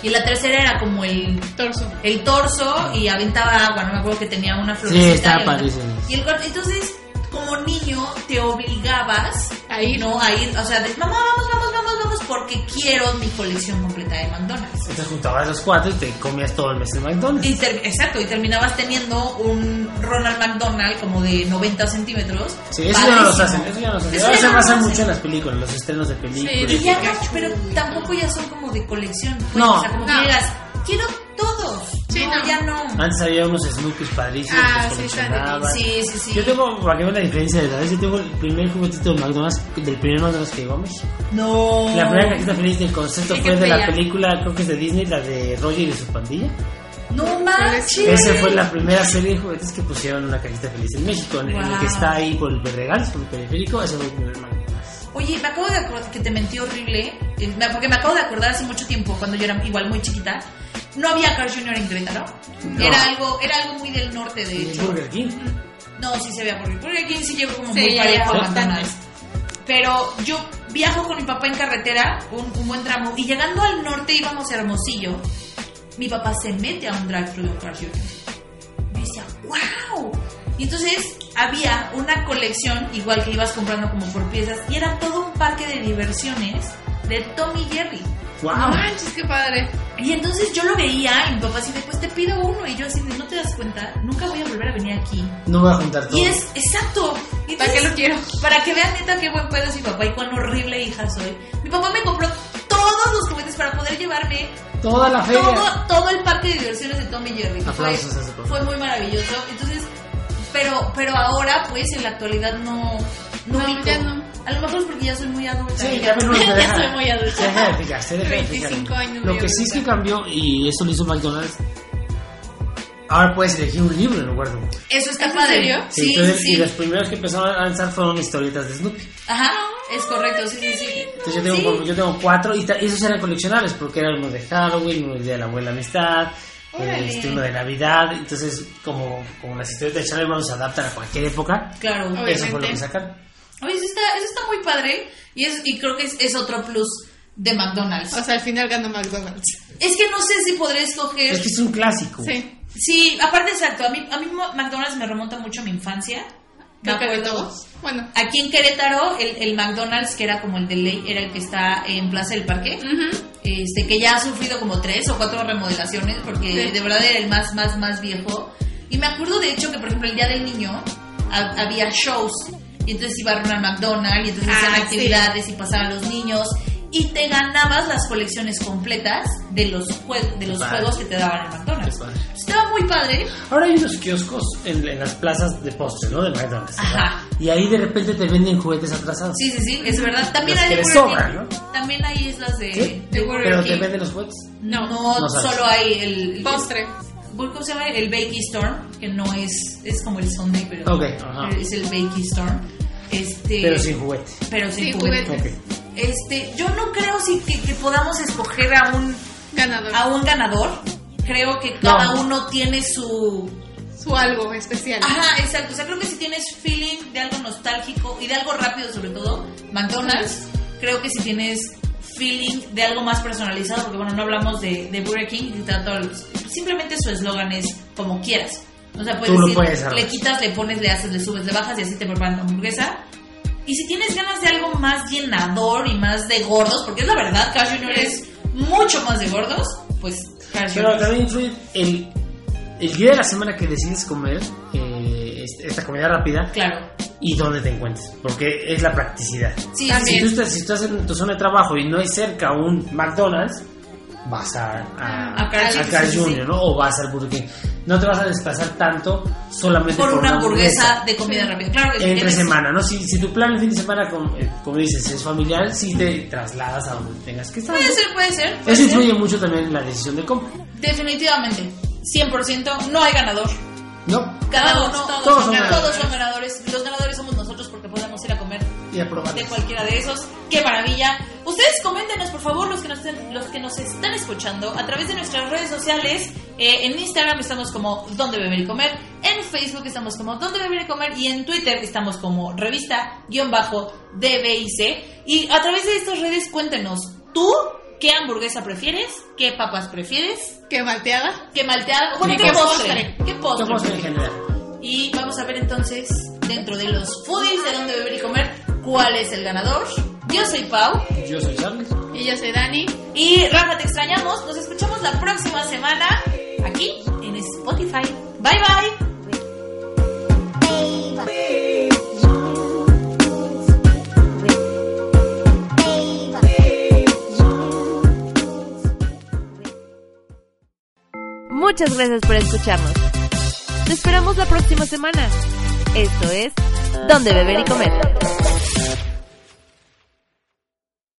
Speaker 2: Y la tercera era como el
Speaker 4: Torso.
Speaker 2: el torso y aventaba agua, no me acuerdo que tenía una florecita.
Speaker 3: estaba
Speaker 2: y aventaba-
Speaker 3: padrísimo.
Speaker 2: Y el cuarto- entonces, como niño, te obligabas
Speaker 4: A ir.
Speaker 2: ¿no? A ir, o sea, de, mamá, vamos, vamos, vamos, vamos, porque quiero mi colección completa de McDonald's.
Speaker 3: Te juntabas los cuatro y te comías todo el mes en McDonald's.
Speaker 2: Y ter- exacto, y terminabas teniendo un Ronald McDonald como de 90 centímetros.
Speaker 3: Sí, eso ya no los
Speaker 2: Padrísimo.
Speaker 3: hacen, eso ya no los hacen.
Speaker 2: Eso
Speaker 3: Ahora
Speaker 2: ya
Speaker 3: se
Speaker 2: no los
Speaker 3: basan
Speaker 2: hacen.
Speaker 3: mucho en las películas, los estrenos de películas.
Speaker 2: Y ya no, pero tampoco ya son como de colección. pues,
Speaker 3: No.
Speaker 2: o sea, como
Speaker 4: No.
Speaker 2: que digas, quiero todos.
Speaker 4: Sí,
Speaker 2: no,
Speaker 4: no.
Speaker 2: ya no.
Speaker 3: Antes había unos Snoopies padrísimos
Speaker 4: Ah,
Speaker 3: que
Speaker 4: sí, están
Speaker 3: coleccionabas.
Speaker 2: Sí, sí, sí.
Speaker 3: Yo tengo, para que vean la diferencia de edades, yo tengo el primer juguetito de McDonald's, del primer McDonald's que llegó a México.
Speaker 2: No.
Speaker 3: La primera cajita feliz del concepto
Speaker 2: Oh. Sí,
Speaker 3: fue
Speaker 2: qué
Speaker 3: de la
Speaker 2: bella.
Speaker 3: película, creo que es de Disney, la de Roger y su pandilla.
Speaker 2: No manches.
Speaker 3: Esa fue la primera serie de juguetes que pusieron una cajita feliz en México, en, en el
Speaker 2: Wow.
Speaker 3: que está ahí por el Verdegal, por el periférico, ese fue el primer McDonald's.
Speaker 2: Oye, me acabo de acordar que te mentí horrible, eh, me- porque me acabo de acordar hace mucho tiempo, cuando yo era igual muy chiquita, no había Carl Jr. en Querétaro.
Speaker 3: No.
Speaker 2: Era algo, era algo muy del norte, de
Speaker 3: Y el
Speaker 2: hecho.
Speaker 3: Burger King.
Speaker 2: No, sí se veía Burger. Burger King sí llegó como
Speaker 4: Sí,
Speaker 2: muy
Speaker 4: ya
Speaker 2: parejo a
Speaker 4: llegó
Speaker 2: McDonald's. Pero yo viajo con mi papá en carretera un, un buen tramo y llegando al norte íbamos a Hermosillo mi papá se mete a un drive-thru de un Carl's Jr. Yo decía, wow. Y entonces había una colección, igual que ibas comprando como por piezas, y era todo un parque de diversiones de Tommy Jerry.
Speaker 4: No
Speaker 3: ¡Wow!
Speaker 4: manches, qué padre.
Speaker 2: Y entonces yo lo veía y mi papá así de, pues te pido uno. Y yo así de, no te das cuenta, nunca voy a volver a venir aquí.
Speaker 3: No voy a juntar todo.
Speaker 2: Y es, exacto. Y
Speaker 4: ¿Para qué
Speaker 2: entonces-
Speaker 4: lo quiero?
Speaker 2: para que vean neta qué buen pedo es mi papá y cuán horrible hija soy. Mi papá me compró todos los juguetes para poder llevarme
Speaker 3: Toda la feria.
Speaker 2: todo, todo el parque de diversiones de Tommy Jerry. Fue,
Speaker 3: Aplausos a ese papá.
Speaker 2: fue muy maravilloso. Entonces, pero, pero ahora, pues, en la actualidad no. No,
Speaker 4: No,
Speaker 2: ubico.
Speaker 4: ya no.
Speaker 2: A lo mejor es porque ya soy muy adulta.
Speaker 3: Sí, ya menos se deja.
Speaker 2: soy muy
Speaker 3: Se
Speaker 2: adulta.
Speaker 3: deja de fijar, se deja de fijar.
Speaker 4: 25 años.
Speaker 3: Lo que sí es que cambió, y eso lo hizo McDonald's, ahora puedes elegir un libro en lugar de un-
Speaker 2: Eso está
Speaker 4: ¿Es en
Speaker 2: padre.
Speaker 4: serio?
Speaker 2: Sí,
Speaker 3: Entonces,
Speaker 2: sí.
Speaker 3: Y los primeros que empezaron a lanzar fueron historietas de Snoopy.
Speaker 2: Ajá, es correcto. Sí, sí, sí.
Speaker 3: Entonces yo tengo,
Speaker 2: Sí.
Speaker 3: como- yo tengo cuatro y ta- esos eran coleccionables porque era uno de Halloween, uno del Día de la Abuela Amistad,
Speaker 2: Órale.
Speaker 3: este, uno de Navidad. Entonces, como, como las historias de Charlie Brown se adaptan a cualquier época,
Speaker 2: Claro.
Speaker 4: Oye,
Speaker 3: eso fue lo
Speaker 4: Obviamente.
Speaker 3: que sacaron.
Speaker 2: Oye, eso está, eso está muy padre y, es, y creo que es, es otro plus de McDonald's.
Speaker 3: Ah,
Speaker 4: O sea, al final ganó McDonald's.
Speaker 2: es que no sé si podré escoger...
Speaker 3: Es que es un clásico.
Speaker 4: Sí.
Speaker 2: Sí, aparte exacto, a mí, a mí Mo- McDonald's me remonta mucho a mi infancia. Me
Speaker 4: Creo que de
Speaker 2: acuerdo.
Speaker 4: todos. Bueno.
Speaker 2: Aquí en Querétaro, el, el McDonald's, que era como el de ley, era el que está en Plaza del Parque,
Speaker 4: Ujú.
Speaker 2: este, que ya ha sufrido como tres o cuatro remodelaciones, porque
Speaker 4: Sí.
Speaker 2: de verdad era el más, más, más viejo. Y me acuerdo de hecho que, por ejemplo, el Día del Niño ha- había shows, y entonces iba a al McDonald's, y entonces
Speaker 4: Ah,
Speaker 2: hacían
Speaker 4: sí.
Speaker 2: actividades y pasaban los niños, y te ganabas las colecciones completas de los, jue- de los
Speaker 3: Vale.
Speaker 2: juegos que te daban en
Speaker 3: Qué
Speaker 2: McDonald's. Pues,
Speaker 3: padre.
Speaker 2: Estaba muy padre.
Speaker 3: Ahora hay unos kioscos en, en las plazas de postres, ¿no? De McDonald's. ¿verdad?
Speaker 2: Ajá.
Speaker 3: Y ahí de repente te venden juguetes atrasados.
Speaker 2: Sí, sí, sí, es verdad. También
Speaker 3: Las
Speaker 2: hay
Speaker 3: que
Speaker 2: de
Speaker 3: les
Speaker 2: Burger
Speaker 3: sobran,
Speaker 2: King.
Speaker 3: ¿no?
Speaker 2: También hay islas de...
Speaker 3: ¿Sí?
Speaker 2: de Burger
Speaker 3: Pero te
Speaker 2: King.
Speaker 3: venden los juguetes.
Speaker 2: No,
Speaker 3: No sabes.
Speaker 2: solo hay el...
Speaker 4: Postre.
Speaker 2: ¿Cómo se llama? El Bakey Storm, que no es... Es como el Sunday, pero...
Speaker 3: Ok, ajá.
Speaker 2: pero Es el Bakey Storm. Este...
Speaker 3: Pero sin juguete.
Speaker 2: Pero sin
Speaker 4: Sí,
Speaker 2: juguete.
Speaker 4: juguete.
Speaker 3: Ok.
Speaker 2: Este, yo no creo si que, que podamos escoger a un,
Speaker 4: Ganador.
Speaker 2: a un ganador. Creo que cada
Speaker 3: No.
Speaker 2: uno tiene su...
Speaker 4: Su algo especial.
Speaker 2: Ajá, exacto. O sea, creo que si tienes feeling de algo nostálgico y de algo rápido, sobre todo, McDonald's, creo que si tienes feeling de algo más personalizado, porque bueno, no hablamos de, de Burger King, ni tanto al- simplemente su eslogan es como quieras. O sea, puedes
Speaker 3: Tú lo
Speaker 2: decir,
Speaker 3: puedes armar.
Speaker 2: le quitas, le pones, le haces, le subes, le bajas y así te preparan tu hamburguesa. Y si tienes ganas de algo más llenador y más de gordos, porque es la verdad, Carl Jr. es mucho más de gordos, pues Carl
Speaker 3: Pero
Speaker 2: Jr.
Speaker 3: también influye el, el día de la semana que decides comer eh, es- esta comida rápida
Speaker 2: Claro.
Speaker 3: y dónde te encuentres, porque es la practicidad.
Speaker 2: Sí, sí,
Speaker 3: Si
Speaker 4: También.
Speaker 3: Ah, tú, estás, si estás en tu zona de trabajo y no hay cerca un McDonald's, vas a, a,
Speaker 2: A Carl's
Speaker 3: a
Speaker 2: Jr.,
Speaker 3: Carl's
Speaker 2: sí, sí, sí.
Speaker 3: Jr., ¿no? O vas al Burger King. No te vas a desplazar tanto solamente
Speaker 2: por una hamburguesa de comida rápida. Claro que si
Speaker 3: Entre
Speaker 2: tienes-
Speaker 3: semana, ¿no? Si, si tu plan el fin de semana, como, eh, como dices, es familiar, si te trasladas a donde tengas que estar.
Speaker 2: Puede
Speaker 3: ¿no?
Speaker 2: ser, puede ser. puede
Speaker 3: Eso
Speaker 2: ser.
Speaker 3: influye mucho también en la decisión de compra.
Speaker 2: Definitivamente. 100%. No hay ganador.
Speaker 3: No,
Speaker 2: Cada
Speaker 4: Todos,
Speaker 2: uno.
Speaker 4: todos
Speaker 3: son
Speaker 2: Todos
Speaker 3: ganadores.
Speaker 2: son ganadores. Los ganadores somos nosotros porque podemos ir a comer
Speaker 3: y aprobar.
Speaker 2: de cualquiera de esos. ¡Qué maravilla! Ustedes coméntenos, por favor, los que nos, los que nos están escuchando a través de nuestras redes sociales. Eh, en Instagram estamos como Dónde Beber y Comer. En Facebook estamos como Dónde Beber y Comer. Y en Twitter estamos como Revista-DBIC. Y a través de estas redes, cuéntenos, ¿tú qué hamburguesa prefieres? ¿Qué papas prefieres?
Speaker 4: Qué malteada.
Speaker 2: ¿Qué malteado? Bueno,
Speaker 3: Y
Speaker 2: ¿qué,
Speaker 3: qué
Speaker 2: postre? ¿Qué postre?
Speaker 3: Todos en
Speaker 2: prefieres?
Speaker 3: general.
Speaker 2: Y vamos a ver entonces, dentro de los foodies de dónde beber y comer, cuál es el ganador. Yo soy Pau
Speaker 3: Yo soy Charles.
Speaker 4: Y yo soy Dani.
Speaker 2: y Rafa, te extrañamos. Nos escuchamos la próxima semana aquí en Spotify. Bye bye.
Speaker 1: Muchas gracias por escucharnos. Te esperamos la próxima semana. Esto es Donde Beber y Comer.